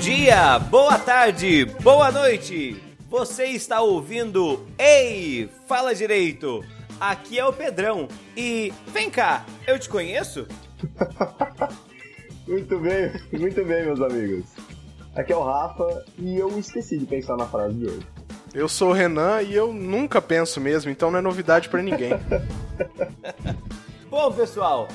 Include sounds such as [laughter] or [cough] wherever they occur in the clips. dia, boa tarde, boa noite. Você está ouvindo Ei, fala direito. Aqui é o Pedrão e vem cá, eu te conheço? Muito bem, [laughs] muito bem, meus amigos. Aqui é o Rafa e eu esqueci de pensar na frase de hoje. Eu sou o Renan e eu nunca penso mesmo, então não é novidade [laughs] pra ninguém. Bom, pessoal,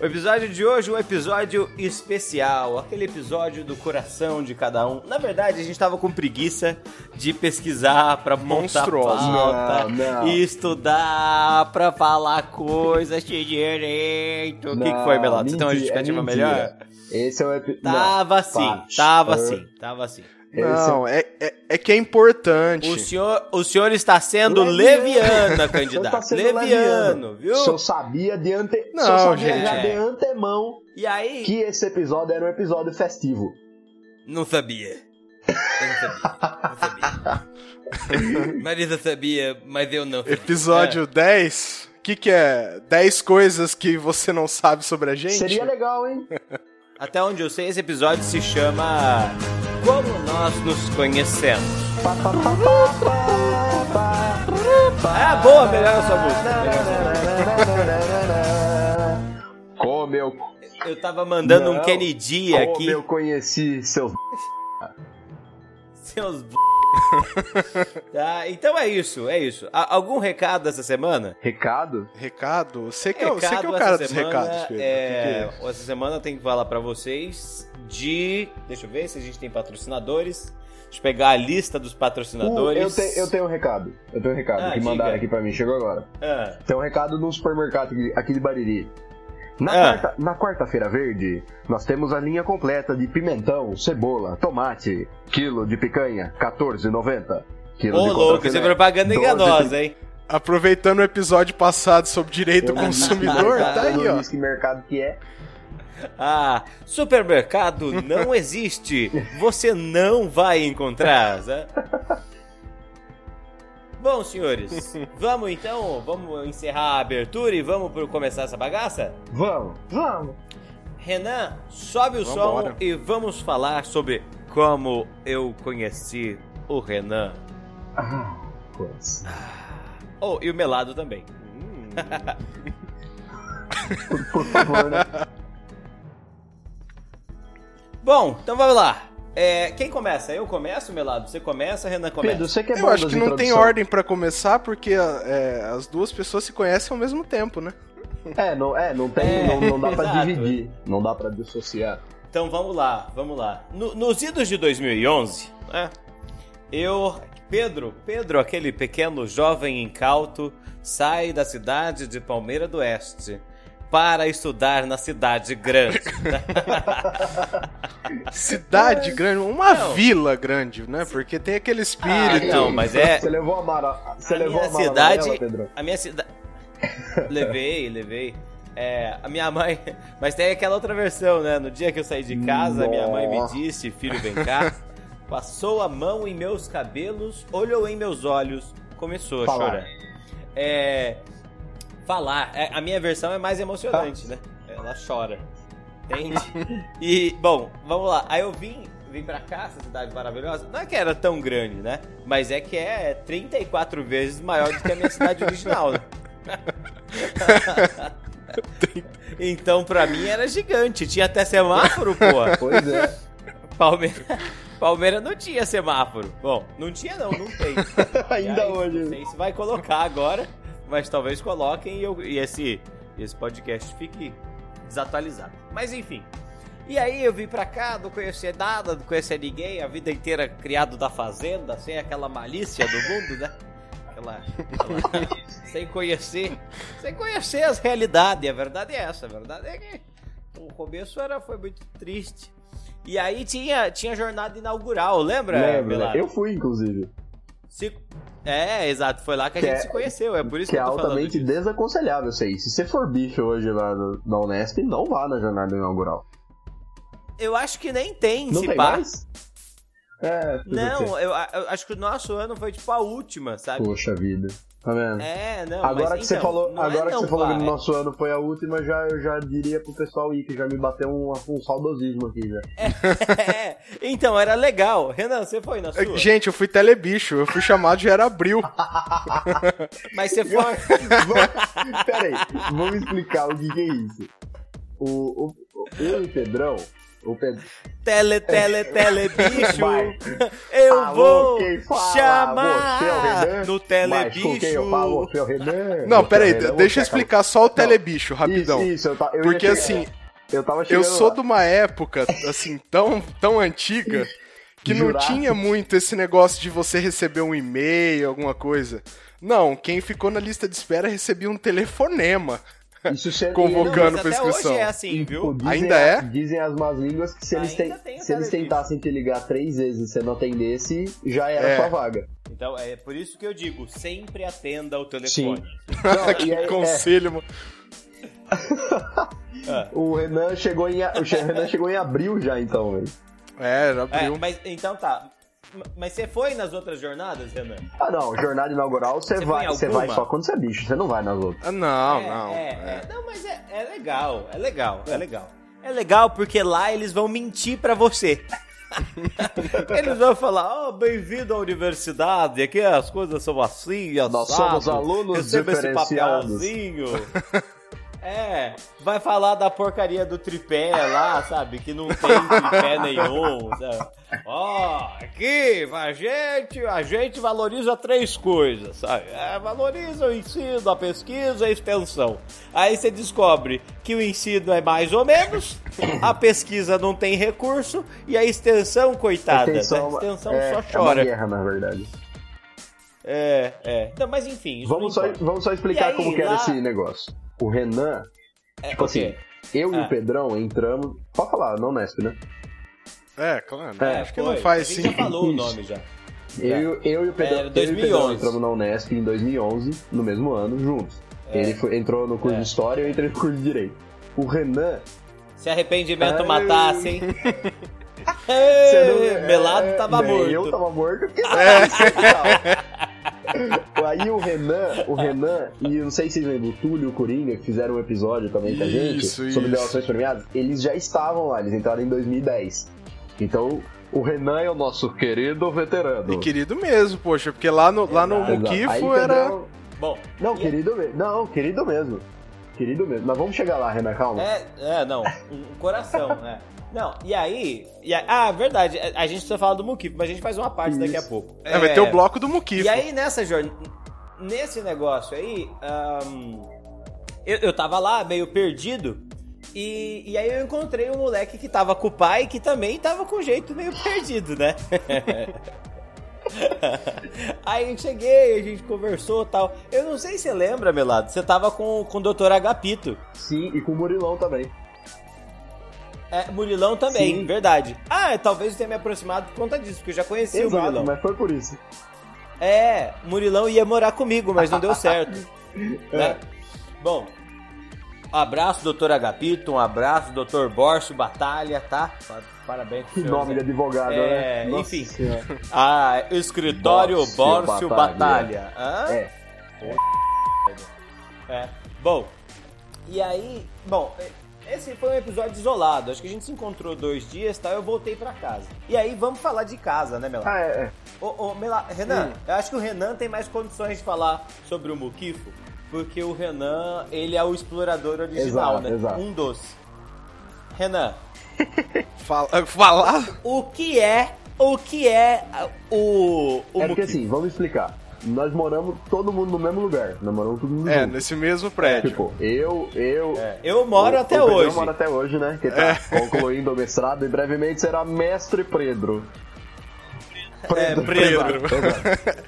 o episódio de hoje é um episódio especial, aquele episódio do coração de cada um. Na verdade, a gente tava com preguiça de pesquisar pra montar Monstruosa. pauta Não, não. e estudar pra falar coisas de direito. O que, que foi, Então, Belato? Você tem uma mentira, justificativa é melhor? mentira. Esse é o episódio. Tava sim, tava sim, tava sim. Não, é, é, é que é importante. O senhor, o senhor está sendo [laughs] Leviano. tá leviano, candidato. leviano, viu? Se eu sabia de ante... Não, se eu sabia gente, já é. de antemão E aí? que esse episódio era um episódio festivo. Não sabia. Eu não sabia. Não sabia. [laughs] Marisa sabia, É. mas eu não. Episódio é. 10. O que, que é? 10 coisas que você não sabe sobre a gente? É. Seria legal, hein? Até onde eu sei, esse episódio se chama Como Nós Nos Conhecemos. Pá, pá, pá, pá, pá, pá. Ah, boa, melhor essa música. melhor essa música. [laughs] Como eu, Eu tava mandando um Não. Kennedy como aqui. eu conheci seus. Seus b... [laughs] tá, então é isso, é isso. A- algum recado dessa semana? Recado? Recado? Você que, é o- recado você que é o essa cara dos semana recados, Pedro. É, O que que é? Essa semana eu tenho que falar pra vocês de. Deixa eu ver se a gente tem patrocinadores. Deixa eu pegar a lista Uh, dos patrocinadores. eu, te- eu tenho um recado. Eu tenho um recado Ah, que mandaram diga. aqui pra mim, chegou agora. Ah, Tem um recado no supermercado aqui- aqui de Bariri. Na Ah. quarta- na quarta-feira verde, nós temos a linha completa de pimentão, cebola, tomate, quilo de picanha, 14,90. Quilo Ô, de né? louco, isso é contrafilé, propaganda 12,30. enganosa, hein? Aproveitando o episódio passado sobre direito Eu do Ah, não disse [laughs] consumidor, mercado, tá aí, eu ó. não disse que mercado que é. Ah, supermercado não existe. Você não vai encontrar. Zé. Bom, senhores, vamos então, vamos encerrar a abertura e vamos pro começar essa bagaça? Vamos, vamos. Renan, sobe o Vambora. som e vamos falar sobre como eu conheci o Renan. Ah, pois. Oh, e o Melado também. Por, por [laughs] favor, né? Bom, então vamos lá. É, quem começa? Eu começo, Melado? Você começa, Renan começa? Pedro, você que é bom Eu acho das que não tem introduções. ordem pra começar, porque é, as duas pessoas se conhecem ao mesmo [laughs] tempo, né? É, não, é, não tem, É, não, não dá pra exato. dividir, não dá pra dissociar. Então vamos lá, vamos lá. No- nos idos de 2011, né? Eu, Pedro, Pedro, aquele pequeno jovem incauto, sai da cidade de Palmeira do Oeste para estudar na cidade grande. Cidade grande, uma Não. vila grande, né? Porque tem aquele Ah, espírito. não, mas é Você levou a mara, você a levou minha a mara cidade, amarela, Pedro. a minha cidade. levei, levei. É, a minha mãe. [laughs] Mas tem aquela outra versão, né? No dia que eu saí de casa, minha mãe me Nossa. disse: Filho, vem cá. Passou a mão em meus cabelos, olhou em meus olhos, começou a Falar. chorar. É. Falar. É, a minha versão é mais emocionante, né? Ela chora. Entende? e, bom, vamos lá. Aí eu vim, vim pra cá, essa cidade maravilhosa. Não é que era tão grande, né? Mas é que é 34 vezes maior do que a minha cidade original, né? [laughs] então, pra mim era gigante. Tinha até semáforo, pô. Pois é. Palmeiras. [laughs] Palmeiras não tinha semáforo. Bom, não tinha não, não [laughs] tem. Ainda Aliás, hoje. Não sei se vai colocar agora, mas talvez coloquem e, eu- e esse, esse podcast fique desatualizado. Mas enfim. E aí eu vim pra cá, não conhecia nada, não conhecia ninguém, a vida inteira criado da fazenda, sem aquela malícia do mundo, né? Aquela, aquela- sem conhecer, sem conhecer as realidades. A verdade é essa, a verdade é que o começo era foi muito triste. E aí tinha tinha jornada inaugural, lembra? Lembro, né? Belardo? eu fui, inclusive. Se- É, exato, foi lá que a Que gente é- se conheceu, é por isso que que, é eu tô falando. altamente disso. desaconselhável isso aí. Se você for bicho hoje lá no- na Unesp, não vá na jornada inaugural. Eu acho que nem tem, Não se tem pá. mais? É, fazer o quê? Não, eu, eu acho que o nosso ano foi tipo a última, sabe? Poxa vida. Tá vendo? É, não. agora mas que você então, falou, não é agora que não, você falou pá, que no é- nosso ano foi a última, já, eu já diria pro pessoal ir, que já me bateu um, um saudosismo aqui [laughs] já. É, então, era legal. Renan, você [laughs] foi na sua. Gente, eu fui telebicho, eu fui chamado já era abril. Mas você foi. Vamos- Pera aí, vamos explicar o que, que é isso. O, o, eu e o Pedrão, o Pedro, Tele, [laughs] tele, tele, bicho. Vai. Eu Alô, vou quem fala? chamar Você é o Renan? no Mas com quem eu falo? telebicho. Você é o Renan? Não, Você peraí, é o Renan? deixa eu Você é o- explicar só o telebicho, rapidão. Isso, isso, eu ta- eu ia Porque chegar- assim, eu tava eu chegando sou lá. de uma época, assim, tão, [laughs] tão antiga que não Jurar? tinha muito esse negócio de você receber um e-mail, alguma coisa. Não, quem ficou na lista de espera recebia um telefonema. Isso se- convocando. Não, mas pra até inscrição. hoje é assim, viu? Dizem Ainda a- é? Dizem as más línguas que se eles, Ainda ten- tem o se eles telebicho. tentassem te ligar três vezes e você não atendesse, já era É. sua vaga. Então, é por isso que eu digo, sempre atenda o telefone. Não, [laughs] que e aí, é, conselho, mano. o Renan chegou em, a- o che- Renan chegou em abril já, então, velho. É, era É, abril. mas então tá. M- Mas você foi nas outras jornadas, Renan? Ah, não, jornada inaugural você Você vai, foi em você vai alguma? só quando você é bicho, você não vai nas outras. Ah, não, é, não. É, é. é. Não, mas é, é legal, é legal, é legal. É legal porque lá eles vão mentir pra você. eles vão falar, ó, bem-vindo à universidade, aqui as coisas são assim, assado. Nós somos alunos Receba esse diferenciados." papelzinho. É, vai falar da porcaria do tripé lá, sabe? Que não tem tripé nenhum, sabe? Ó, aqui, a gente, a gente valoriza três coisas, sabe? É, valoriza o ensino, a pesquisa e a extensão. Aí você descobre que o ensino é mais ou menos, a pesquisa não tem recurso e a extensão, coitada, né? a extensão é, só É uma chora. guerra, na verdade. É, é. Então, mas enfim, isso Vamos não só, importa. vamos só explicar E aí, como que era lá- esse negócio. O Renan, É, tipo o quê? assim, eu e Ah. o Pedrão entramos. Pode falar, não Nesp, né? É, claro. É, acho que foi. não faz A gente sim. já falou o Isso. nome já. Eu, eu e o Pedrão, É, eu e o Pedrão 2011. entramos na Unesp em 2011, no mesmo ano, juntos. Ele foi- entrou no curso É. de História e eu entrei no curso de Direito. O Renan, Se arrependimento Ai. matasse, [laughs] hein? Você não- Ei, é, Melado tava bem, morto. Eu tava morto [laughs] porque é. Aí o Renan, o Renan, e eu não sei se vocês lembram, o Túlio e o Coringa, que fizeram um episódio também com a gente Isso, sobre isso. delações premiadas, eles já estavam lá, eles entraram em 2010. Então, o Renan é o nosso querido veterano. E querido mesmo, poxa, porque lá no, lá no Exato. Aí, Mukifo era. Pedrão- Bom, Não, e- querido mesmo. Não, querido mesmo. Querido mesmo. Mas vamos chegar lá, Renan, calma. É, é, não. Um um coração, é. Não, e aí. e a- ah, verdade. A a gente precisa falar do Mukip, mas a gente faz uma parte daqui a Isso. pouco. É, vai ter o bloco do Tipo. Mukifo. E aí, nessa jornada. Nesse negócio aí, ahn, eu, eu tava lá meio perdido. E, e aí eu encontrei um moleque que tava com o pai que também tava com o jeito meio perdido, né? [laughs] aí eu cheguei, a gente conversou e tal. Eu não sei se você lembra, meu lado, você tava com, com o Dr. Agapito. Sim, e com o Murilão também. É, Murilão também, Sim. verdade. Ah, talvez eu tenha me aproximado por conta disso, porque eu já conhecia o Exato, Murilão. mas foi por isso. É, Murilão ia morar comigo, mas não deu certo. [laughs] né? Bom, abraço, doutor Agapito, um abraço, doutor Borso Batalha, tá? Pa- Parabéns pro Que senhor, nome né? de advogado, É, né? Nossa enfim. Senhora. [laughs] Ah, escritório Bórcio Bórcio Batalha. Batalha. Hã? É. É. Bom, e aí, bom, esse foi um episódio isolado. Acho que a gente se encontrou dois dias, tá? Eu voltei pra casa. E aí, vamos falar de casa, né, Melá? Ah, é, é. Ô, ô, Mela- Renan, Hum. eu acho que o Renan tem mais condições de falar sobre o Mukifo, porque o Renan, ele é o explorador original, Exato, né? exato. Um dos. Renan, Fala- Ah, falar. o que é, o que é ah, o, o É porque Mukifo? assim, vamos explicar. Nós moramos todo mundo no mesmo lugar. Nós moramos todo mundo É, junto. nesse mesmo prédio. Tipo, eu, eu. É, eu moro o- até o Pedrão hoje. É. mora até hoje, né? Que tá concluindo o mestrado e brevemente será mestre Pedro. É, Pedro. Tá exato, exato.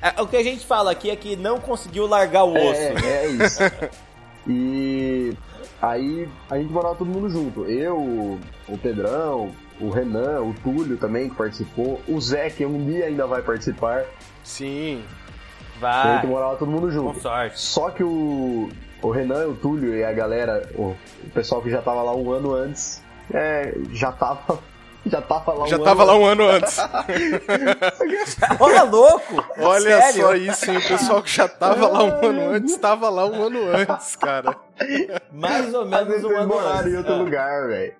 É, O que a gente fala aqui é que não conseguiu largar o osso. É, é isso. [laughs] e aí a gente morava todo mundo junto. Eu, o Pedrão, o Renan, o Túlio também que participou, o Zé, que um dia ainda vai participar. Sim. a gente Vai, morava todo mundo com junto. sorte. Só que o, o Renan, o Túlio e a galera, o, o pessoal que já tava [laughs] lá um ano antes, é, já tava Já tava lá Já um tava ano. lá um ano antes. [laughs] Olha louco! [laughs] Olha Sério? só isso, hein? O pessoal que já tava lá um ano antes, tava lá um ano antes, cara. Mais ou Às menos vezes um vocês ano moraram antes. em outro Ah. lugar, velho.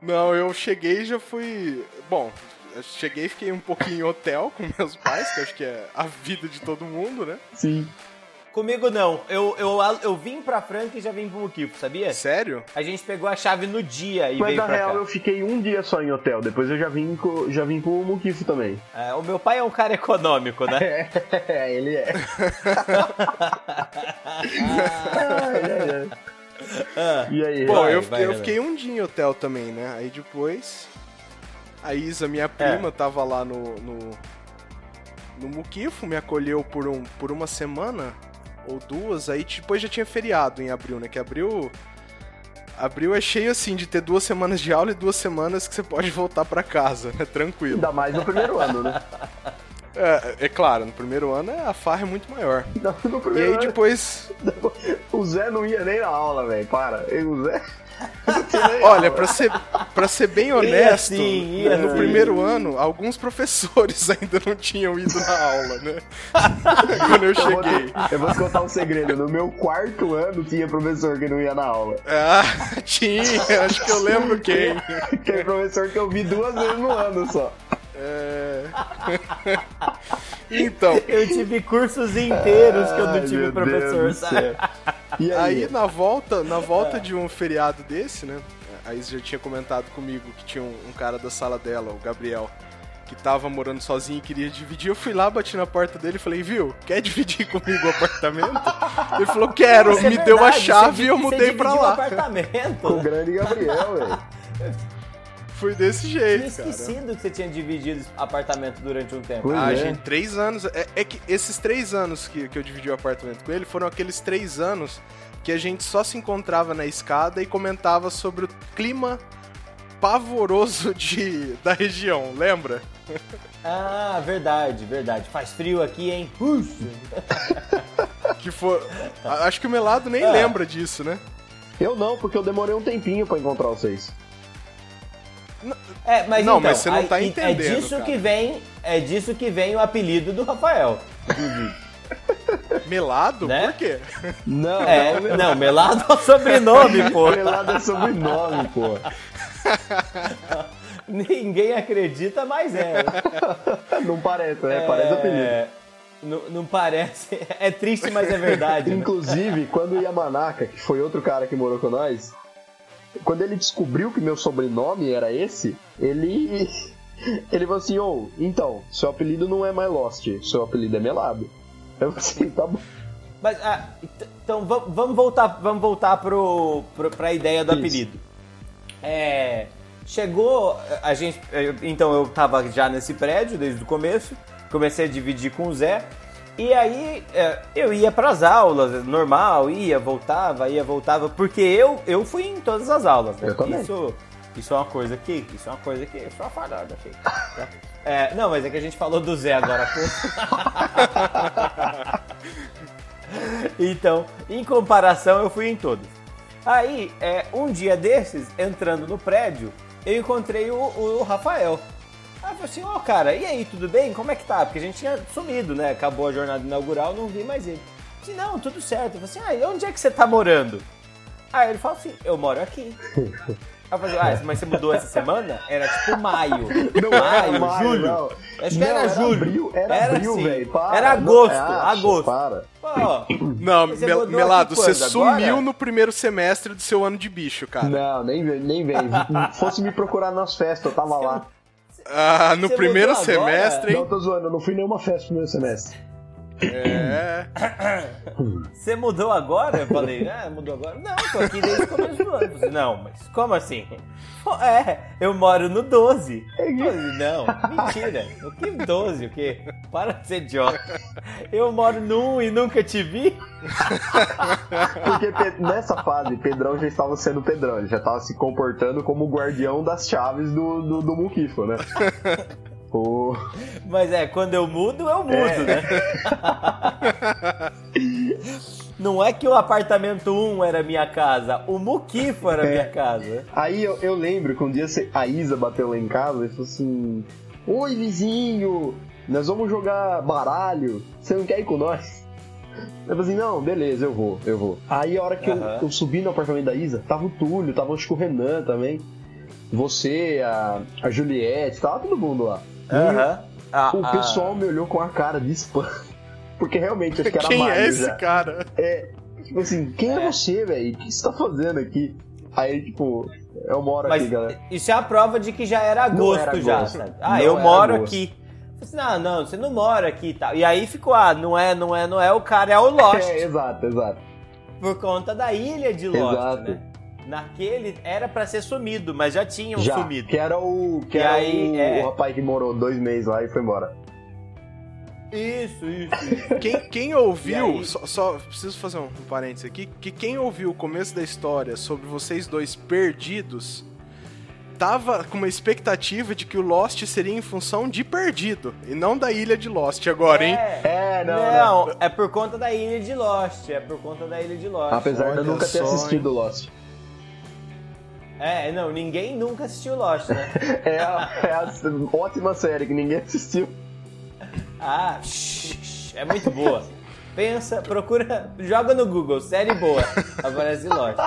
Não, eu cheguei e já fui. Bom, eu cheguei e fiquei um pouquinho em hotel com meus pais, que eu acho que é a vida de todo mundo, né? Sim. Comigo não. Eu, eu, eu vim pra Franca e já vim pro Muquipo, sabia? Sério? A gente pegou a chave no dia e Mas veio na pra real cá. eu fiquei um dia só em hotel, depois eu já vim, co- já vim pro Muquifo também. É, o meu pai é um cara econômico, né? [laughs] É, ele é. [laughs] Ah. E aí? Bom, Vai, eu, vai, eu vai. fiquei um dia em hotel também, né? Aí depois. A Isa, É. minha prima, tava lá no. no, no Muquifo, me acolheu por, um, por uma semana ou duas. Aí depois já tinha feriado em abril, né? Que abril. Abril é cheio assim de ter duas semanas de aula e duas semanas que você pode voltar pra casa, né? Tranquilo. Ainda mais no primeiro ano, né? É, é claro, no primeiro ano a farra é muito maior. Ainda mais No E primeiro aí ano. depois. tipo, O Zé não ia nem na aula, velho. Para. E O [laughs] Zé. não tinha nem Olha, aula. pra ser, pra ser bem honesto, né, sim, ia no sim. primeiro ano, alguns professores [laughs] ainda não tinham ido na aula, né? [laughs] Quando eu Eu vou, cheguei. eu vou te contar um segredo. No meu quarto ano tinha professor que não ia na aula. Ah, tinha, acho que eu lembro quem. Tem professor que eu vi duas vezes no ano só. É. Então, Eu tive cursos inteiros que eu Ai, não tive meu professor, Deus do sabe? céu. E aí? Aí na volta, na volta de um feriado desse, né? A Isa já tinha comentado comigo que tinha um, um cara da sala dela, o Gabriel, que tava morando sozinho e queria dividir. Eu fui lá, bati na porta dele e falei, viu, quer dividir comigo o apartamento? Ele falou, quero, Isso é me deu a verdade, chave você e eu di- você mudei pra dividiu lá. Um [laughs] apartamento. Com o grande Gabriel, velho. Foi desse Eu tinha jeito, cara. esquecido que você tinha dividido apartamento durante um tempo. Pois Ah, é. gente, três anos. É, é que esses três anos que, que eu dividi o apartamento com ele foram aqueles três anos que a gente só se encontrava na escada e comentava sobre o clima pavoroso de, [laughs] da região, lembra? Ah, verdade, verdade. Faz frio aqui, hein? Puxa. Que foi. a- Acho que o Melado nem É. lembra disso, né? Eu não, porque eu demorei um tempinho pra encontrar vocês. É, mas Não, então, mas você não aí- tá e- É entendendo, disso cara. que vem, é disso que vem o apelido do Rafael. Melado? Né? Por quê? Não, É, não, Melado é o sobrenome, pô. Pelado é sobrenome, pô. Ninguém acredita, mas é. Não parece, né? Parece apelido. É, Não, não parece. É triste, mas é [laughs] verdade. né? Inclusive, quando o Yamanaka, que foi outro cara que morou com nós, quando ele descobriu que meu sobrenome era esse, ele. Ele falou assim: ô, então, seu apelido não é mais Lost, seu apelido é Melado. Eu falei assim: tá bom. Mas, ah, ent- então va- vamos voltar, vamos voltar pro, pro, pra ideia do Isso. apelido. É, chegou, a gente, eu- então eu tava já nesse prédio desde o começo, comecei a dividir com o Zé, e aí é, eu ia pras aulas, normal, ia, voltava, ia, voltava, porque eu, eu fui em todas as aulas, né? Eu também. Isso, isso é uma coisa que, isso é uma coisa que, isso é uma falhada, assim. tá? [laughs] É, não, mas é que a gente falou do Zé agora, pô. Então, em comparação, eu fui em todos. Aí, é, um dia desses, entrando no prédio, eu encontrei o, o Rafael. Aí eu falei assim, ô cara, e aí, tudo bem? Como é que tá? Porque a gente tinha sumido, né? Acabou a jornada inaugural, não vi mais ele. Eu disse, não, tudo certo. Eu falei assim, ah, e onde é que você tá morando? Aí ele falou assim, eu moro aqui. Aí eu falei, ah, mas você mudou essa semana? Era tipo maio. Não maio, era maio, julho. não. Acho que Não, era, julho. Abril, era, abril, sim. velho. para. Era Não, agosto, acha, agosto. Para. Pô, Não, Mas você Mel- mudou Melado, aqui você quando? sumiu Agora? Né? no primeiro semestre do seu ano de bicho, cara. Não, nem vem, nem [laughs] vem. Fosse me procurar nas festas, eu tava lá. Ah, no Você primeiro mudou agora? semestre, Não, tô zoando, eu não fui nenhuma festa no meu semestre. hein? É. Você mudou agora? Eu falei, ah, mudou agora? Não, tô aqui desde o começo do ano. Eu falei, não, mas como assim? Pô, É, eu moro no 12. Eu falei, não, mentira. O que 12? O que? Para de ser idiota. Eu moro no 1 e nunca te vi? Porque Pe- nessa fase, Pedrão já estava sendo Pedrão, ele já estava se comportando como o guardião das chaves do, do, do Muquifo, né? O- É. Mas é, quando eu mudo, eu mudo, né? Não é que o apartamento 1 era minha casa, o Muquifo É. era minha casa. Aí eu, eu lembro que um dia você- a Isa bateu lá em casa e falou assim: Oi, vizinho, nós vamos jogar baralho, você não quer ir com nós? Eu falei assim: Não, beleza, eu vou, eu vou. Aí a hora que eu- Aham. eu, subi no apartamento da Isa, tava o Túlio, tava acho que o Renan também, você, a, a Juliette, tava todo mundo lá. E Aham. Ah, o ah. pessoal me olhou com a cara de espanto. [laughs] Porque realmente acho que era Quem mais. é esse né? cara? Tipo assim, quem é, É. você, velho? O que você tá fazendo aqui? Aí, tipo, eu moro Mas aqui, galera. isso é a prova de que já era Não agosto era já, agosto. sabe? Não Ah, eu era moro agosto. aqui. Eu falei assim, não, não, você não mora aqui e tal. E aí ficou, ah, não é, não é, não é, o cara é o Lost. [laughs] É, exato, exato. Por conta da ilha de Lost, Exato. né? Naquele era pra ser sumido, mas já tinham Já. sumido. Que era o. Que E era aí, o, é. o rapaz que morou dois meses lá e foi embora. Isso, isso, isso. Quem, quem E ouviu, aí? só, só preciso fazer um parênteses aqui, que quem ouviu o começo da história sobre vocês dois perdidos, tava com uma expectativa de que o Lost seria em função de perdido, e não da ilha de Lost agora, hein? É. É, não. não. Não, é por conta da ilha de Lost. É por conta da ilha de Lost. Apesar de eu Olha nunca ter só, assistido Lost. É, não, ninguém nunca assistiu Lost, né? É a, é a ótima série que ninguém assistiu. Ah, shh, é muito boa. Pensa, procura, joga no Google, série boa. Aparece Lost.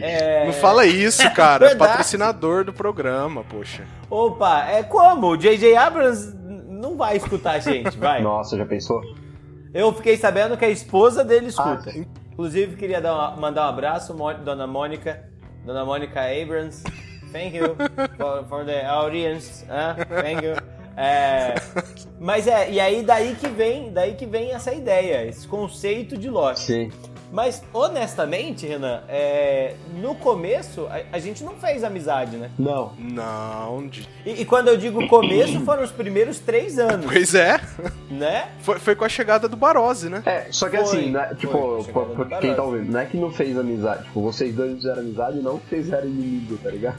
É, Não [laughs] fala isso, cara. Verdade. Patrocinador do programa, poxa. Opa, é como? O J.J. Abrams não vai escutar a gente, vai. Nossa, já pensou? Eu fiquei sabendo que a esposa dele escuta. Ah, sim. Inclusive, queria dar uma- mandar um abraço, Mo- Dona Mônica. Dona Mônica Abrams. Thank you for, for the audience. ah, thank you. É, mas é, e aí daí que vem, daí que vem essa ideia, esse conceito de Lost. Sim. Mas honestamente, Renan, é, no começo a, a gente não fez amizade, né? Não. Não, de- E, e quando eu digo começo, [clears throat] foram os primeiros três anos, pois é. né? Foi, foi com a chegada do Barose, né? É, só que Foi, assim, né, tipo, foi, pra, chegada pra do quem Barões. tá ouvindo, não é que não fez amizade. Tipo, vocês dois fizeram amizade e não fizeram inimigo, tá ligado?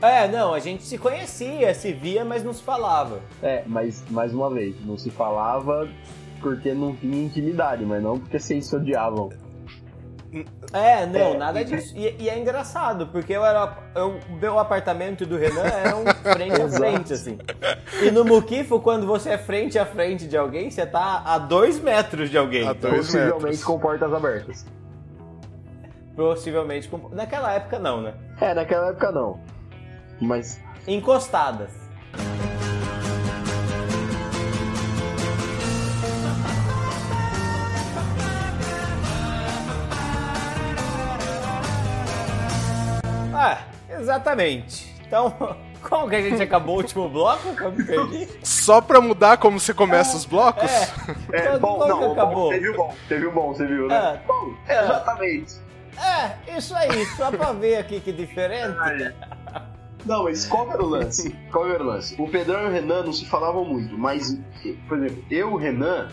É, não, a gente se conhecia, se via, mas não se falava. É, mas mais uma vez, não se falava porque não tinha intimidade, mas não porque vocês se odiavam. É, não, É. nada disso. E, e é engraçado, porque eu era. eu- o meu apartamento e do Renan eram frente [laughs] a frente, assim. E no Mukifo, quando você é frente a frente de alguém, você tá a dois metros de alguém. Então, A dois. Possivelmente metros. com portas abertas. Possivelmente. com- Naquela época, não, né? É, naquela época não. Mas Encostadas. Ah, exatamente. Então, [laughs] como que a gente acabou o último bloco? Que eu me perdi? Só pra mudar como você começa os blocos? É, É, então, bom, como não, que o acabou? bom, você viu bom, você viu bom, você viu, né? Ah. Bom, exatamente. É, isso aí, só pra ver aqui que diferente. É, Não, mas qual que era o [laughs] lance? Qual que era o lance? O Pedrão e o Renan não se falavam muito, mas, por exemplo, eu e o Renan,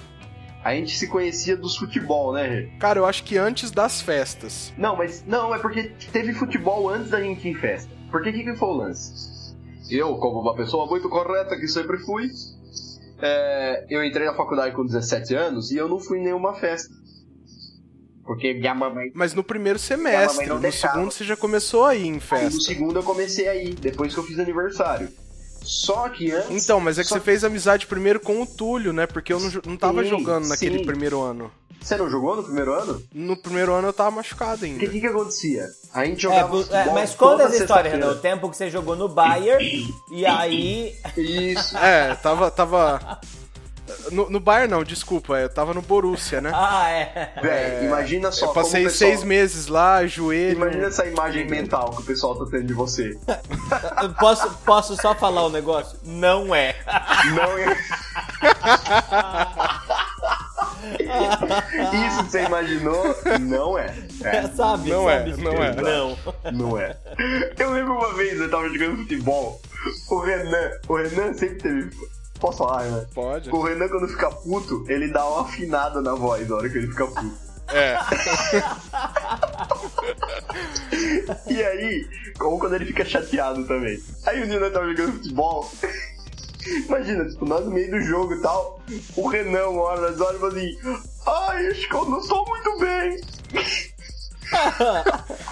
a gente se conhecia dos futebol, né, Rê? Cara, eu acho que antes das festas. Não, mas não, é porque teve futebol antes da gente ir em festa. Porque que que foi o lance? Eu, como uma pessoa muito correta que sempre fui, é, eu entrei na faculdade com 17 anos e eu não fui em nenhuma festa. Porque minha mamãe. Mas no primeiro Minha mamãe semestre, não no deixava. segundo você já começou aí em Aí no festa. segundo eu comecei a ir, depois que eu fiz aniversário. Só que antes. Então, mas é que Só- você fez amizade primeiro com o Túlio, né? Porque eu não, jo- não tava Sim, jogando naquele sim. primeiro ano. Você não jogou no primeiro ano? No primeiro ano eu tava machucado Porque ainda. o que, que acontecia? A gente É, jogava. bu- é, futebol mas conta toda essa história, sexta-feira. Renan. O tempo que você jogou no Bayern e aí. [laughs] Isso. É, tava. tava... No, no Bayern não, desculpa, eu tava no Borussia, né? Ah, é. Véi, imagina só. eu como o passei pessoal- seis meses lá, joelho. Imagina essa imagem mental que o pessoal tá tendo de você. Eu Posso, posso só falar um negócio? Não é. Não [laughs] é. Isso que você imaginou, não é. É, Sabe? Não sabe é, que não é. Não. não é. Eu lembro uma vez, eu tava jogando futebol, o Renan, o Renan sempre teve. Posso falar, Renan? Pode? O Renan, quando fica puto, ele dá uma afinada na voz na hora que ele fica puto. É. E aí, ou quando ele fica chateado também. Aí o Nina tava jogando futebol. [laughs] Imagina, tipo, nós no meio do jogo e tal, o Renan, uma hora, nós olhamos assim. Ai, vocês, que eu não estou muito bem.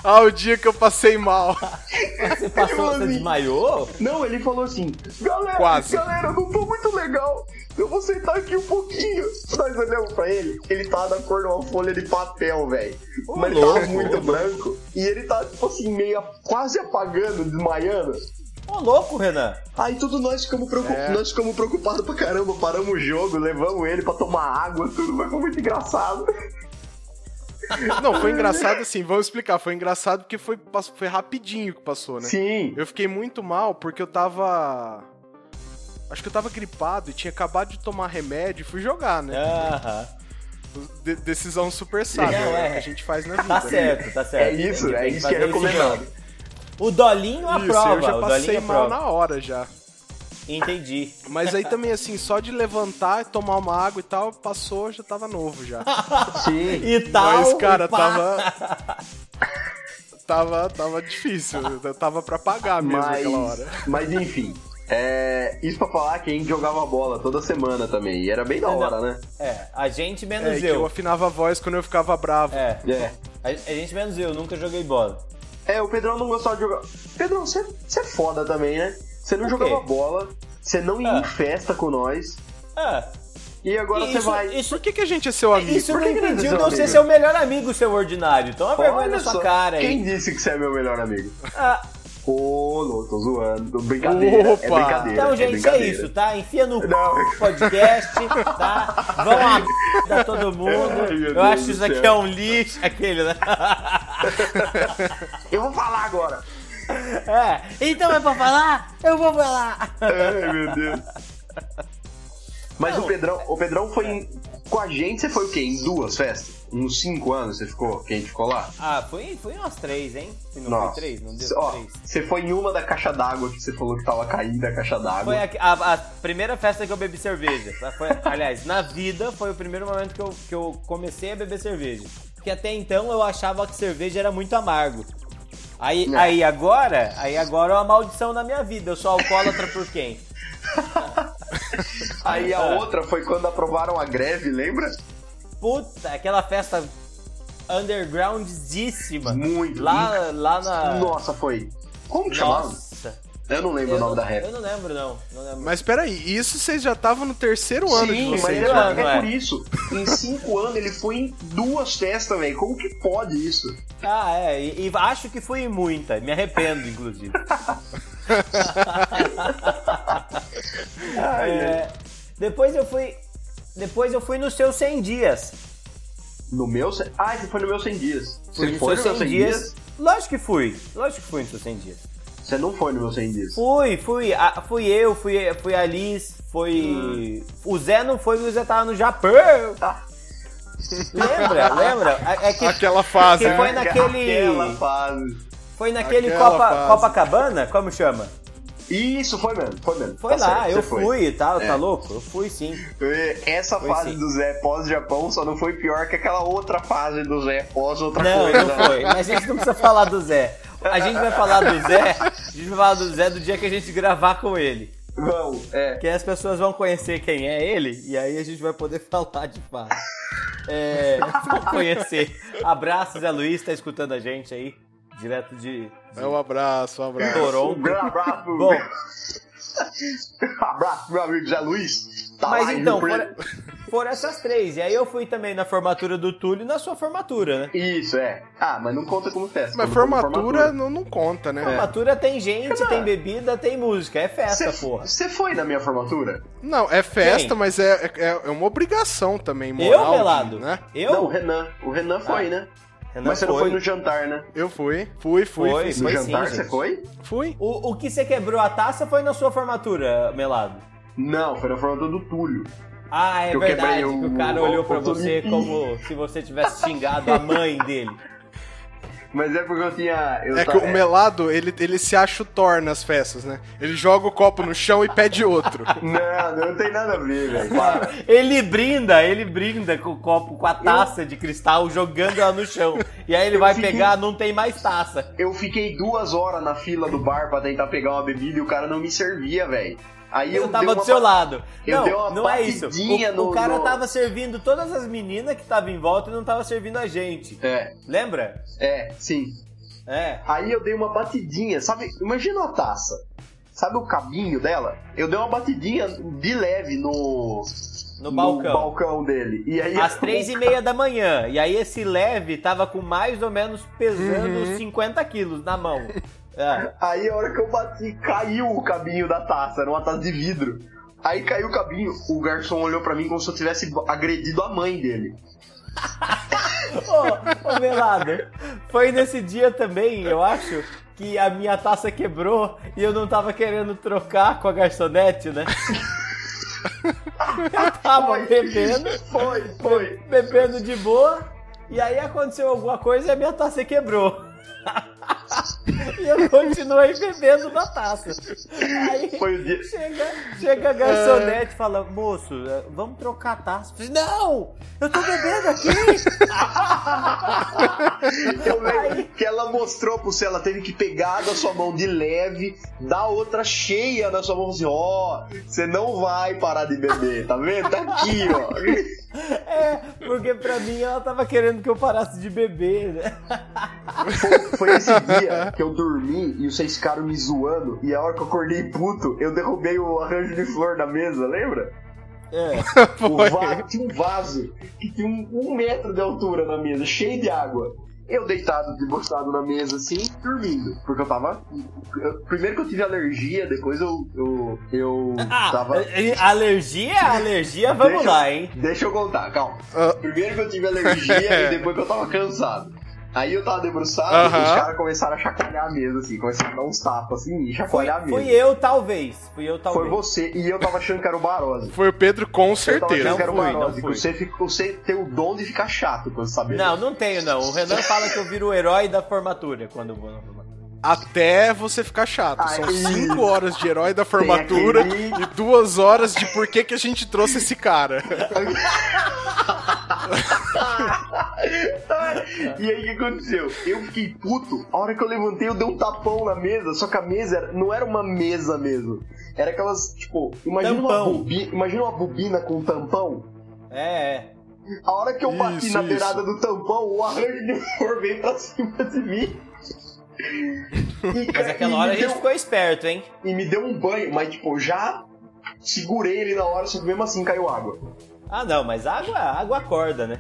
Ah, o dia que eu passei mal. Você passou, assim, você desmaiou? Não, ele falou assim: galera, Quase. galera, eu não tô muito legal. Eu vou sentar aqui um pouquinho. Nós olhamos pra ele, ele tá da cor de uma folha de papel, velho. Ô, Mas ele tava louco, ô, muito branco. E ele tá, tipo assim, meio a- quase apagando, desmaiando. Ô, louco, Renan. Aí tudo nós ficamos, preocup... É. nós ficamos preocupados pra caramba. Paramos o jogo, levamos ele pra tomar água, tudo. Mas foi muito engraçado. Né? Não, foi engraçado assim, vamos explicar. Foi engraçado porque foi, pass- foi rapidinho que passou, né? Sim. Eu fiquei muito mal porque eu tava. Acho que eu tava gripado e tinha acabado de tomar remédio e fui jogar, né? Aham. De- decisão super sábia, É. Não, né? é. Que a gente faz na vida. Tá né? certo, tá É certo. isso, Tem é isso que fazer é recomendado. mesmo. O Dolinho Isso, aprova. eu já É o passei Dolinho é mal aprova. na hora já. Entendi. Mas aí também, assim, só de levantar, tomar uma água e tal, passou, já tava novo já. Sim. E tal. Mas, cara, e Tá um pá. tava. Tava, tava difícil, eu tava pra pagar mesmo Mas, aquela hora. mas enfim. É, isso pra falar que a gente jogava bola toda semana também. E era bem da Não. hora, né? [laughs] É, a gente É, menos que eu eu. afinava a voz quando eu ficava bravo. É, É. a, a gente menos eu, nunca joguei bola. É, o Pedrão não gostava de jogar. Pedrão, você você é foda também, né? Você não Por jogava quê? bola, você não ia Ah. em festa com nós. Ah, E agora e você isso, vai. Isso, Por que, que a gente é seu amigo? isso por não que que não é impediu seu de eu ser amigo? seu melhor amigo, seu ordinário. Toma vergonha na Olha sua só, cara aí. Quem disse que você é meu melhor amigo? Ah, Ô, louco, tô zoando. Brincadeira. É Opa! brincadeira. então, é gente, é brincadeira. isso, tá? Enfia no cu Não. o podcast, tá? Vão a merda todo mundo. [laughs] Ai, meu eu Deus acho do isso aqui céu. é um lixo, aquele, né? [laughs] Eu vou [laughs] falar agora. É. Então é pra falar? Eu vou falar. Ai, meu Deus. Mas o Pedrão, o Pedrão foi em- com a gente, você foi o quê? Em duas festas? Uns cinco anos você ficou, que a gente ficou lá? Ah, foi, foi umas três, hein? Se não foi três, não deu Ó, três. você foi em uma da caixa d'água que você falou que tava caída a caixa d'água. Foi a, a- a primeira festa que eu bebi cerveja. tá? Foi- aliás, na vida foi o primeiro momento que eu, que eu comecei a beber cerveja. Porque até então eu achava que cerveja era muito amargo. Aí, Não. aí agora, aí agora é uma maldição na minha vida. Eu sou alcoólatra por quem? Aí a outra foi quando aprovaram a greve, lembra? Puta, aquela festa undergroundzíssima. Muito. Lá, lá na. Nossa, foi. Como que chamava? Ah. Nossa. Eu não lembro Eu o não, nome da rap. eu não lembro, não. Não lembro. Mas peraí, isso vocês já estavam no terceiro ano de Sim, mas vocês, né? é, mano, é é. por isso. Em cinco anos ele foi em duas festas, velho. Como que pode isso? Ah, é. E, e acho que fui em muita. Me arrependo, inclusive. Ai, meu- É, depois eu fui. Depois eu fui nos seus 100 dias. No meu. ce- Ah, você foi no meu 100 dias. Fui Você nos foi no seus meu 100 dias? Lógico que fui. Lógico que fui nos seus 100 dias. Você não foi no meu 100 dias. Fui, fui. a- fui eu, fui, fui a Liz, foi. O Zé não foi, o Zé tava no [laughs] Japão. Ah. Lembra? Lembra? É, é que, Aquela fase, que foi né? naquele. Aquela fase. Foi naquele Aquela Copa, fase. Copacabana? Como chama? Isso, foi mesmo, foi mesmo. Foi Tá lá, certo, eu você foi. fui e tal, É. tá louco? Eu fui sim. E Essa Foi fase sim. do Zé pós-Japão só não foi pior que aquela outra fase do Zé pós outra Não, coisa. não foi. Mas a gente não precisa falar do Zé. A gente vai falar do Zé. A gente vai falar do Zé do dia que a gente gravar com ele. Não, é. Que aí as pessoas vão conhecer quem é ele e aí a gente vai poder [laughs] falar de fato. É, vão conhecer. Abraço, Zé Luiz, tá escutando a gente aí, direto de, de É um abraço, um abraço. Um Toronto. grande abraço. Bom, [laughs] abraço, meu amigo Zé Luiz. Tá mas lá em então, Rio [laughs] foram, Preto. foram essas três. E aí eu fui também na formatura do Túlio e na sua formatura, né? Isso, é. Ah, mas não conta como festa. Mas conta como formatura não, não conta, né? Formatura tem gente, tem bebida, tem música. É festa, porra. Você foi na minha formatura? Não, é festa, Quem? mas é, é, é uma obrigação também, moral. Eu, de- Melado? Né? Eu? Não, o Renan. O Renan foi, Ah, né? Renan Mas você não foi no jantar, né? Eu fui, fui, fui. Foi. Fui. No sim, jantar gente. você foi? fui. O, o que você quebrou a taça foi na sua formatura, Melado. Não, foi na formatura do Túlio. Ah, é Eu quebrei verdade, o- que o cara olhou pra o- você como se você tivesse xingado a mãe [laughs] dele. Mas é porque eu tinha. Eu É que tava- o Melado, ele, ele se acha o Thor nas festas, né? Ele joga o copo no chão e [laughs] pede outro. Não, não tem nada a ver, velho. [laughs] Para. Ele brinda, ele brinda com o copo, com a taça de cristal, jogando ela no chão. E aí ele vai fiquei- pegar, não tem mais taça. Eu fiquei duas horas na fila do bar pra tentar pegar uma bebida e o cara não me servia, velho. Aí eu, eu tava dei do uma seu pa- lado. eu não, dei uma não é isso. O, batidinha o no- cara no- tava servindo todas as meninas que estavam em volta e não tava servindo a gente. É, Lembra? é, sim. É. Aí eu dei uma batidinha, sabe? Imagina uma taça. Sabe o cabinho dela? Eu dei uma batidinha de leve no. No balcão. dele. E [laughs] aí Às três e meia da manhã. E aí esse leve tava com mais ou menos pesando Uhum. uns 50 quilos na mão. [laughs] É. [laughs] Aí a hora que eu bati, caiu o cabinho da taça, era uma taça de vidro. Aí caiu o cabinho, o garçom olhou pra mim como se eu tivesse agredido a mãe dele. Ô, ô Melado, foi nesse dia também, eu acho, que a minha taça quebrou e eu não tava querendo trocar com a garçonete, né? Eu tava bebendo, [laughs] Foi, foi. bebendo de boa, e aí aconteceu alguma coisa e a minha taça quebrou. [laughs] e eu continuei bebendo da taça. Aí Foi o dia. chega, chega a garçonete É. e fala, moço, eh, vamos trocar a taça. Eu falei, não! Eu tô bebendo aqui! [laughs] Eu lembro que ela mostrou pro você, ela teve que pegar da sua mão de leve, dar outra cheia na sua mão assim, ó, você não vai parar de beber, tá vendo? Tá aqui, ó. É, porque pra mim ela tava querendo que eu parasse de beber, né? Foi esse dia que eu dormi e vocês ficaram me zoando, e a hora que eu acordei puto, eu derrubei o arranjo de flor da mesa, lembra? É. O vaso, tinha um vaso que tinha um, um metro de altura na mesa, cheio de água. Eu deitado, debruçado na mesa, assim, dormindo. Porque eu tava. eu- primeiro que eu tive alergia, depois eu. Eu, eu [laughs] Ah, tava. eh, alergia? Alergia, vamos Deixa- lá, hein? Deixa eu contar, calma. Ah. Primeiro que eu [laughs] tive alergia e depois que eu tava cansado. Aí eu tava debruçado e os Aham. caras começaram a chacoalhar a mesa, assim, começaram a dar uns tapas, assim, e Fui, chacoalhar a mesa. fui eu, talvez. Fui eu, talvez. Foi você, e eu tava achando que era o Barose. Foi o Pedro com Eu tava achando certeza. que era o Não fui, Barose, não que você, fica- você tem o dom de ficar chato quando sabe. Não, não tenho, não. O Renan fala que eu viro o herói da formatura quando eu vou na formatura. Até você ficar chato. São Ai. 5 horas de herói da formatura aquele- e duas horas de por que, que a gente trouxe esse cara. E aí o que aconteceu? Eu fiquei puto. A hora que eu levantei, eu dei um tapão na mesa. Só que a mesa era- não era uma mesa mesmo. Era aquelas, tipo, imagina uma, Tampão. bobi- imagina uma bobina com um tampão. É, é. A hora que eu bati Isso, na isso. beirada do tampão, o arranjo de flor veio pra cima de mim. E, Mas cara, e aquela hora a me gente deu- ficou esperto, hein? E me deu um banho, mas tipo, já segurei ele na hora, só que mesmo assim caiu água. Ah, não, mas água, água acorda, né?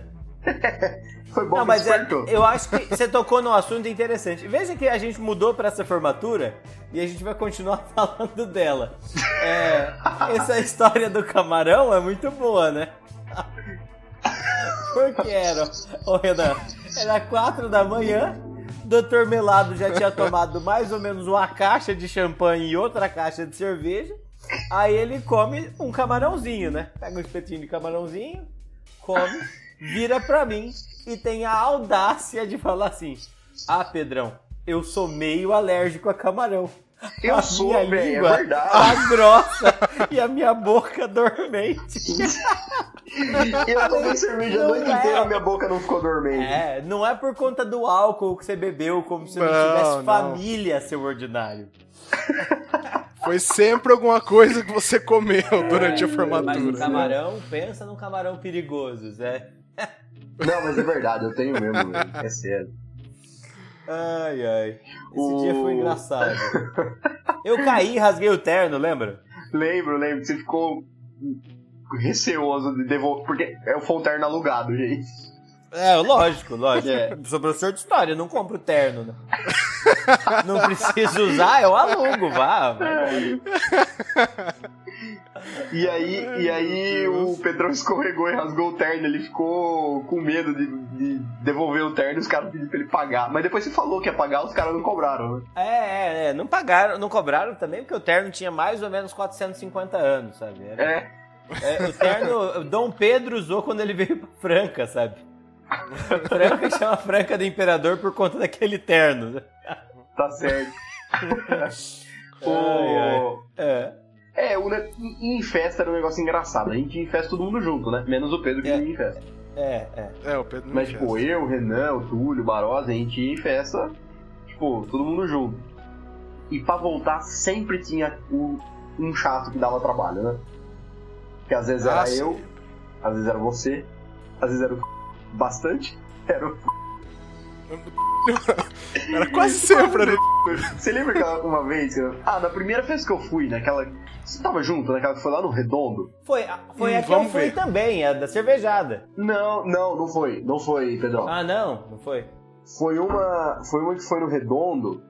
Foi bom Não, que mas é- despertou. eu acho que você tocou num assunto interessante. Veja que a gente mudou pra essa formatura e a gente vai continuar [laughs] falando dela. É, essa história do camarão é muito boa, né? [laughs] Porque era, ô Renan, era quatro da manhã, Dr. Melado já tinha tomado mais ou menos uma caixa de champanhe e outra caixa de cerveja. Aí ele come um camarãozinho, né? Pega um espetinho de camarãozinho, come, vira pra mim e tem a audácia de falar assim: Ah, Pedrão, eu sou meio alérgico a camarão. Eu a sou, minha velho, é língua verdade." tá grossa e a minha boca dormente. Eu tomei cerveja [laughs] a Não noite é. inteira, minha boca não ficou dormente. É, não é por conta do álcool que você bebeu, como se não, Não, tivesse não. família, seu ordinário. Foi sempre alguma coisa que você comeu durante É, a Mas um formatura. camarão, pensa num camarão perigoso, Zé. Não, mas é verdade, eu tenho mesmo, [laughs] velho. É sério. Ai, ai. Esse O- dia foi engraçado. Eu caí e rasguei o terno, lembra? Lembro, lembro. Você ficou receoso de devolver. Porque é o Fonterno alugado, gente. É, lógico, lógico. É. Sou professor de história, não compro terno, né? [laughs] Não preciso usar, eu alugo, vá. vai. E aí, e aí o Pedrão escorregou e rasgou o terno. Ele ficou com medo de, de devolver o terno e os caras pediram pra ele pagar. Mas depois você falou que ia pagar, os caras não cobraram, né? É, é, é. Não pagaram, não cobraram também, porque o terno tinha mais ou menos 450 anos, sabe? Era- É. É, o terno, Dom Pedro usou quando ele veio pra Franca, sabe? Franca chama Franca do Imperador por conta daquele terno. né? Tá [laughs] certo. O- Ai, É. É, o ne- em em festa era um negócio engraçado. A gente ia em festa todo mundo junto, né? Menos o Pedro que É. não ia em festa. É, é. É, o Pedro não Mas, quer. tipo, eu, o Renan, o Túlio, o Barosa, a gente ia em festa, tipo, todo mundo junto. E pra voltar sempre tinha o, um chato que dava trabalho, né? Que às vezes era Ah, sim. eu, às vezes era você, às vezes era o [laughs] bastante, [laughs] era o Era [laughs] quase sempre, né? Você lembra aquela uma vez? que eu- Ah, na primeira vez que eu fui, naquela. Você tava junto, naquela que foi lá no Redondo? Foi, foi Hum, a que eu vamos fui ver. também, a da cervejada. Não, não, não foi, não foi, Pedrão. Ah, não? Não foi? Foi uma, foi uma que foi no Redondo,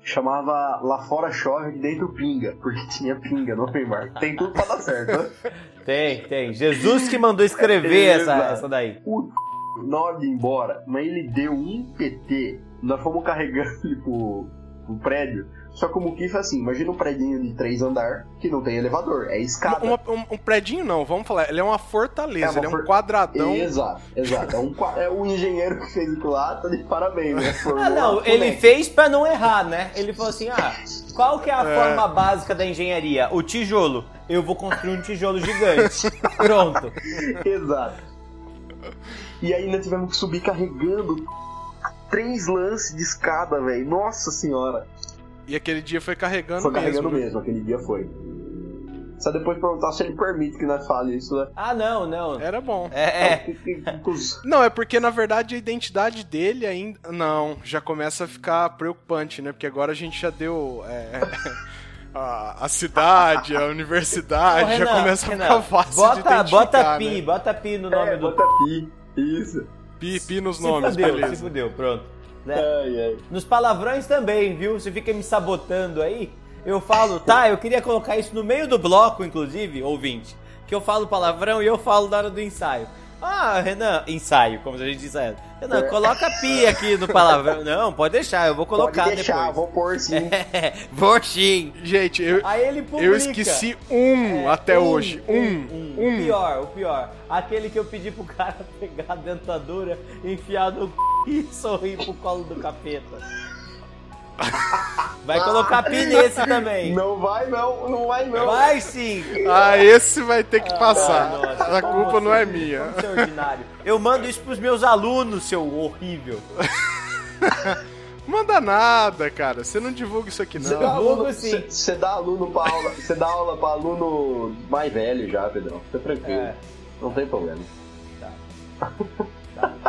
que chamava Lá Fora Chove que Dentro Pinga, porque tinha pinga no Open Bar. Tem tudo pra dar certo. né? Tem, tem. Jesus que mandou [laughs] escrever essa, Exato. essa daí. O na hora de ir embora, mas ele deu um PT. Nós fomos carregando [laughs] ele pro, pro prédio. Só que o Mukif é assim, imagina um predinho de três andar que não tem elevador, é escada. Uma- um, um predinho não, vamos falar. Ele é uma fortaleza, É uma ele é um for- quadradão. Exato, exato. É, um, qua- é um engenheiro que fez aquilo lá, tá de parabéns, [laughs] né? Formou Ah, não, uma ele é? boneca. fez pra não errar, né? Ele falou assim: ah, qual que é a É. forma básica da engenharia? O tijolo. Eu vou construir um tijolo gigante. Pronto. [laughs] Exato. E ainda tivemos que subir carregando três lances de escada, velho. Nossa senhora. E aquele dia foi carregando Foi mesmo. carregando né? mesmo, aquele dia foi. Só depois perguntar se ele permite que nós fale isso, né? Ah, não, não. Era bom. É, é. Não, é porque na verdade a identidade dele ainda. Não, já começa a ficar preocupante, né? Porque agora a gente já deu. é, [laughs] a, a cidade, a Ô, universidade, já Renan, começa Renan, a ficar fácil de bota, identificar. bota pi, né? bota pi no [laughs] nome Nome do. É, bota pi. Isso. Pi, pi nos Se nomes, fudeu, se beleza. fudeu, pronto. Né? Ai, ai. Nos palavrões também, viu? Você fica me sabotando aí. Eu falo, tá, eu queria colocar isso no meio do bloco, inclusive, ouvinte. Que eu falo palavrão e eu falo na hora do ensaio. Ah, Renan, ensaio, como a gente diz. é. Renan, coloca pi aqui no palavrão. Não, pode deixar, eu vou colocar Pode deixar, depois. vou pôr sim. É, [laughs] vou sim. Gente, eu, Aí ele publica. eu esqueci É, um até um, hoje. Um, um. O pior, o pior. Aquele que eu pedi pro cara [laughs] pegar a dentadura, enfiar no c... e sorrir pro colo do capeta. Vai colocar pi nesse também. Não vai não, não vai não. Vai sim. Ah, esse vai ter que Ah, passar. nossa, a como culpa você- não é como minha. você é ordinário. Eu mando isso pros meus alunos, seu horrível. Manda nada, cara. Você não divulga isso [laughs] aqui, Você não. dá, aluno, Vulgo, sim. cê- cê dá aluno pra aula, você dá aula pra aluno mais velho já, Pedrão. Fica tranquilo. É. Não tem problema.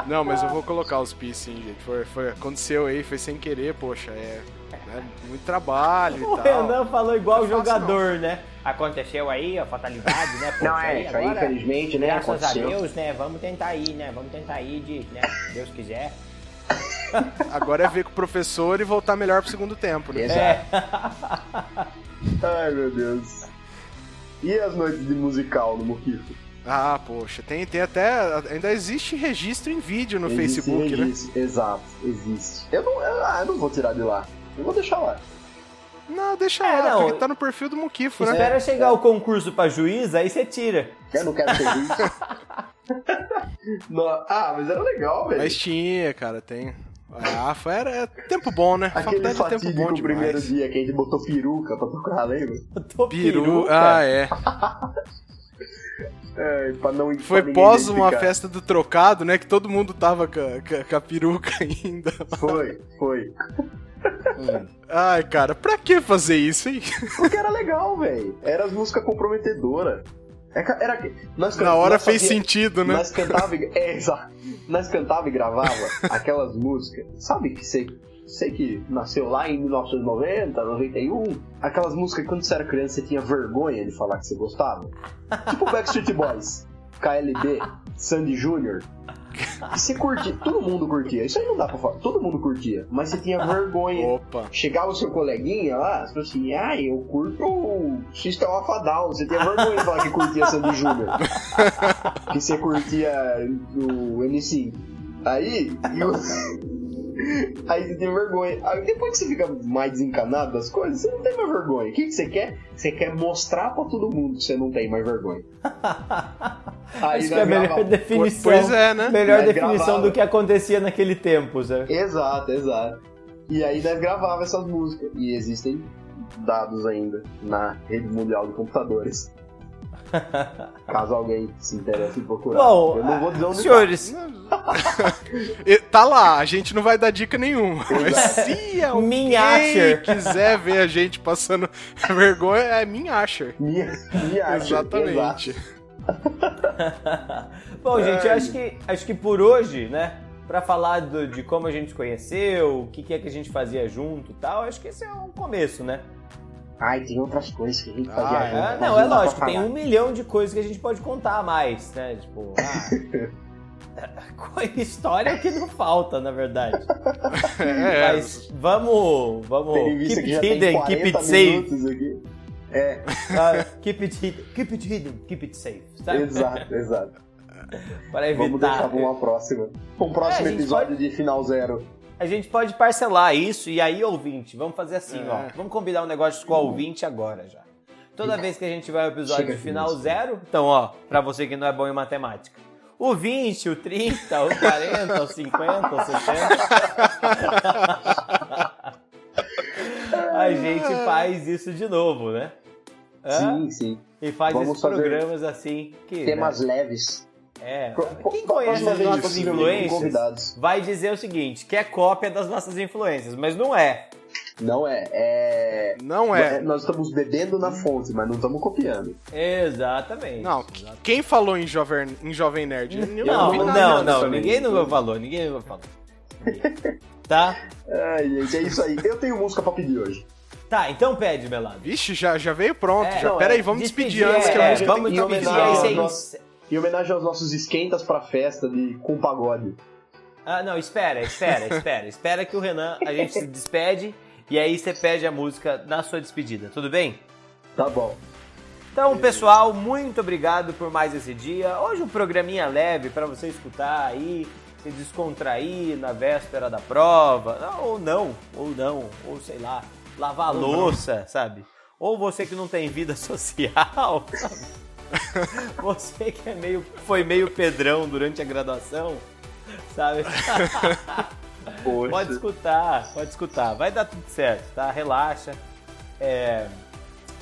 Não, mas eu vou colocar os pis sim, gente. Foi, foi- aconteceu aí, foi sem querer, poxa, é. né, muito trabalho O e tal. Renan falou igual o Não é, é fácil, jogador, né? Aconteceu aí a fatalidade, né? Poxa, aí agora- infelizmente, Graças a Deus, né? Vamos tentar ir, né? Vamos tentar ir de, né? se Deus quiser. Agora é ver com o professor e voltar melhor pro segundo tempo, né? Exato. É. Ai, meu Deus. E as noites de musical no Muquifo? Ah, poxa, tem, tem até. Ainda existe registro em vídeo no Existe, Facebook, né? existe. Exato, existe. Eu não, eu, ah, eu não vou tirar de lá. Eu vou deixar lá. Não, deixa É, lá, não, porque tá no perfil do Mukifo, né? Espera chegar o concurso pra juiz, aí você tira. Eu não quero ter [laughs] isso. Não, ah, mas era legal, velho. Mas tinha, cara, tem. Ah, foi, era é tempo bom, né? Aquele Faculdade é tempo bom fatídico demais. primeiro dia que a gente botou peruca pra tocar, lembra? Eu tô Peru, peruca. ah, é. É, pra não pra Foi ninguém pós uma identificar. festa do trocado, né? Que todo mundo tava com a, com a- com a peruca [laughs] ainda. Foi, foi. Ai, cara, pra que fazer [laughs] isso, hein? Porque era legal, velho. Era as músicas comprometedoras. É ca- Era... que- Nós, can- Na hora nós fez fazia- sentido, né? Nós cantava e... É, exato. Nós cantava e gravava aquelas músicas. Sabe que você... Sei que nasceu lá em 1990, 91. Aquelas músicas que quando você era criança você tinha vergonha de falar que você gostava. Tipo Backstreet Boys, KLB, Sandy Jr. E você curtia, todo mundo curtia. Isso aí não dá pra falar, todo mundo curtia. Mas você tinha vergonha. Opa. [laughs] Chegava o seu coleguinha lá, você falou assim, ah, eu curto o System of a Down. Você tinha vergonha de falar que curtia [laughs] Sandy Júnior. que você curtia o MC. Aí, eu... aí você tem vergonha. Aí depois que você fica mais desencanado das coisas, você não tem mais vergonha. O que, que você quer? Você quer mostrar pra todo mundo que você não tem mais vergonha. [laughs] Aí Acho que nós é a melhor gravava- definição. Pois é, né? Melhor Mas definição gravava. do que acontecia naquele tempo, sabe? Exato, exato. E aí nós gravava [laughs] essas músicas. E existem dados ainda na rede mundial de computadores. Caso alguém se interesse em procurar. Bom, eu não vou dizer onde tá. senhores, E Tá lá, a gente não vai dar [laughs] dica nenhuma. Mas se alguém Min Asher. [laughs] quiser ver a gente passando [laughs] vergonha, é Min Asher. tá. Me, me acha, exato. Exatamente. Bom, gente, eu acho que, acho que por hoje, né? Pra falar do- de como a gente se conheceu, o que, que é que a gente fazia junto e tal, acho que esse é um começo, né? Ai, tem outras coisas que a gente tá Ah, fazia é? junto, Ah, mas não, é dá pra lógico, tem falar. um milhão de coisas que a gente pode contar a mais, né? Tipo, ah, [laughs] co- história que não falta, na verdade. [laughs] É, Mas vamos, vamos, Tem vista que keep já it tem hidden, 40 keep it safe, minutos aqui. Ah, keep it hidden, keep it hidden, keep it safe, sabe? Exato, exato. Para Vamos deixar evitar. pra uma próxima. Um próximo É, a gente episódio de Final Zero. A gente pode parcelar isso e aí, ouvinte, vamos fazer assim, É. ó. Vamos combinar um negócio com o ouvinte agora já. Toda vez que a gente tiver o episódio Chega de de final música. zero, então, ó, pra você que não é bom em matemática. O 20, o 30, o 40, o 50, o 60. a [laughs] gente faz isso de novo, né? Hã? Sim, sim. E faz Vamos esses fazer programas assim que. Temas leves. né? É. Pro- Quem pro- conhece as provavelmente, nossas possivelmente, com influências Convidados. vai dizer o seguinte: que é cópia das nossas influências, mas não é. Não é, é. não é. É, Nós estamos bebendo na fonte, mas não estamos copiando. Exatamente. Não, quem falou em Jovem, em jovem Nerd? Eu não, não vi não, nada não, disso. ninguém nunca falou, ninguém nunca [laughs] falou. tá? Ai, gente, é isso aí. Eu tenho música pra pedir hoje. Tá, então pede, Melado. Vixe, já, já veio pronto. É, já, não, pera aí, é, vamos despedir, Despedir, antes que é, a gente vamos tem que despedir é terminar, aí ó, sem- nossa. Em homenagem aos nossos esquentas pra festa de com pagode. Ah, não, espera, espera, espera. espera que o Renan, a gente se despede e aí você pede a música na sua despedida, tudo bem? Tá bom. Então, pessoal, muito obrigado por mais esse dia. Hoje um programinha leve pra você escutar aí, se descontrair na véspera da prova, ou não, ou não, ou sei lá, lavar a louça, sabe? Ou você que não tem vida [laughs] social, sabe? [laughs] Você que é meio, foi meio pedrão durante a graduação, sabe? [laughs] Poxa. Pode escutar, pode escutar. Vai dar tudo certo, tá? Relaxa. É,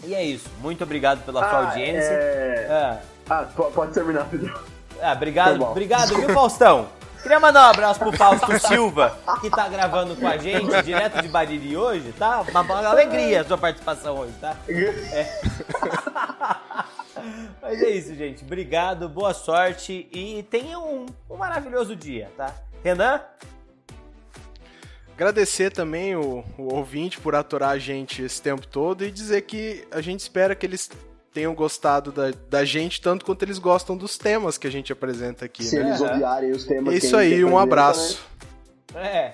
E é isso. Muito obrigado pela sua Ah, audiência. é... Ah, ah, po- pode terminar, Pedro. ah, obrigado, Foi bom. obrigado, viu, Faustão? Queria mandar um abraço pro [laughs] Fausto Silva, que tá gravando com a gente, direto de Bariri hoje, tá? Uma, uma alegria a sua participação hoje, tá? [laughs] Mas é isso, gente. Obrigado, boa sorte e tenha um, um maravilhoso dia, tá? Renan? Agradecer também o, o ouvinte por aturar a gente esse tempo todo e dizer que a gente espera que eles tenham gostado da, da gente tanto quanto eles gostam dos temas que a gente apresenta aqui. Se né? eles Aham. odiarem os temas. É que isso a gente aí, um apresenta, abraço. É. né?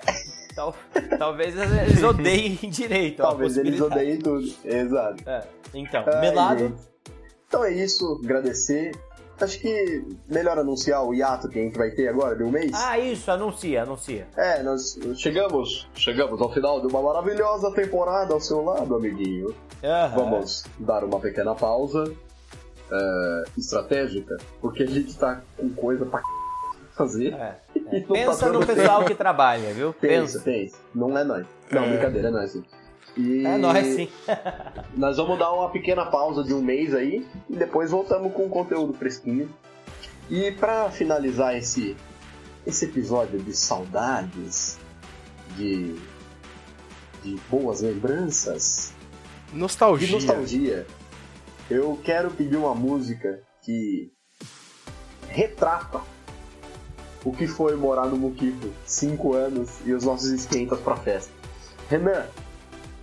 tal- talvez [laughs] eles odeiem direito. ó, a Talvez eles possibilidade. odeiem tudo. Exato. É, então, Ai, melado. gente. Então é isso, agradecer. Acho que melhor anunciar o hiato que a gente vai ter agora de um mês. Ah, isso, anuncia, anuncia. É, nós chegamos, chegamos ao final de uma maravilhosa temporada ao seu lado, amiguinho. Aham. Vamos dar uma pequena pausa eh, estratégica, porque a gente tá com coisa pra c... fazer. É. e não Pensa tá no dando pessoal que trabalha, viu? tempo. Pensa, Pensa. pensa. Não é nós. Não, É. brincadeira, é nós sim. E É nóis, sim. Nós vamos dar uma pequena pausa de um mês aí e depois voltamos com conteúdo fresquinho. E pra finalizar esse, esse episódio de saudades, de, de boas lembranças, Nostalgia. De nostalgia, eu quero pedir uma música que retrata o que foi morar no Muquipo, 5 anos e os nossos esquentas pra festa. Renan,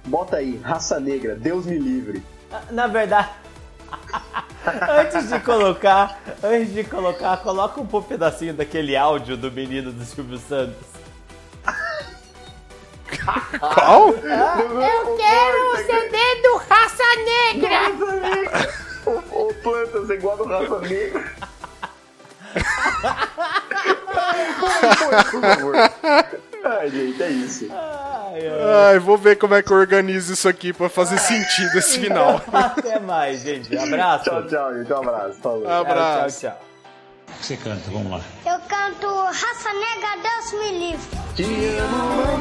bota aí, raça negra, Deus me livre. Na verdade. [laughs] Antes de colocar, antes de colocar, coloca um pouco pedacinho daquele áudio do menino do Silvio Santos. Qual? eu Quero o CD do Raça Negra! Ô ô, planta, você guarda o raça negra. Ai, põe, põe, por favor. Ai, gente, é isso. Ai, ai. Ai, vou ver como é que eu organizo isso aqui pra fazer sentido [laughs] esse final. Até mais, gente. Abraço. Tchau, tchau, gente. Um abraço. Falou. Abraço. Tchau, tchau, tchau. que você canta? Vamos lá. Eu canto Raça Negra, Deus me livre. Te amo.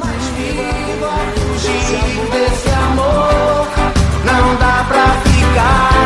fugir desse amor. Não dá pra ficar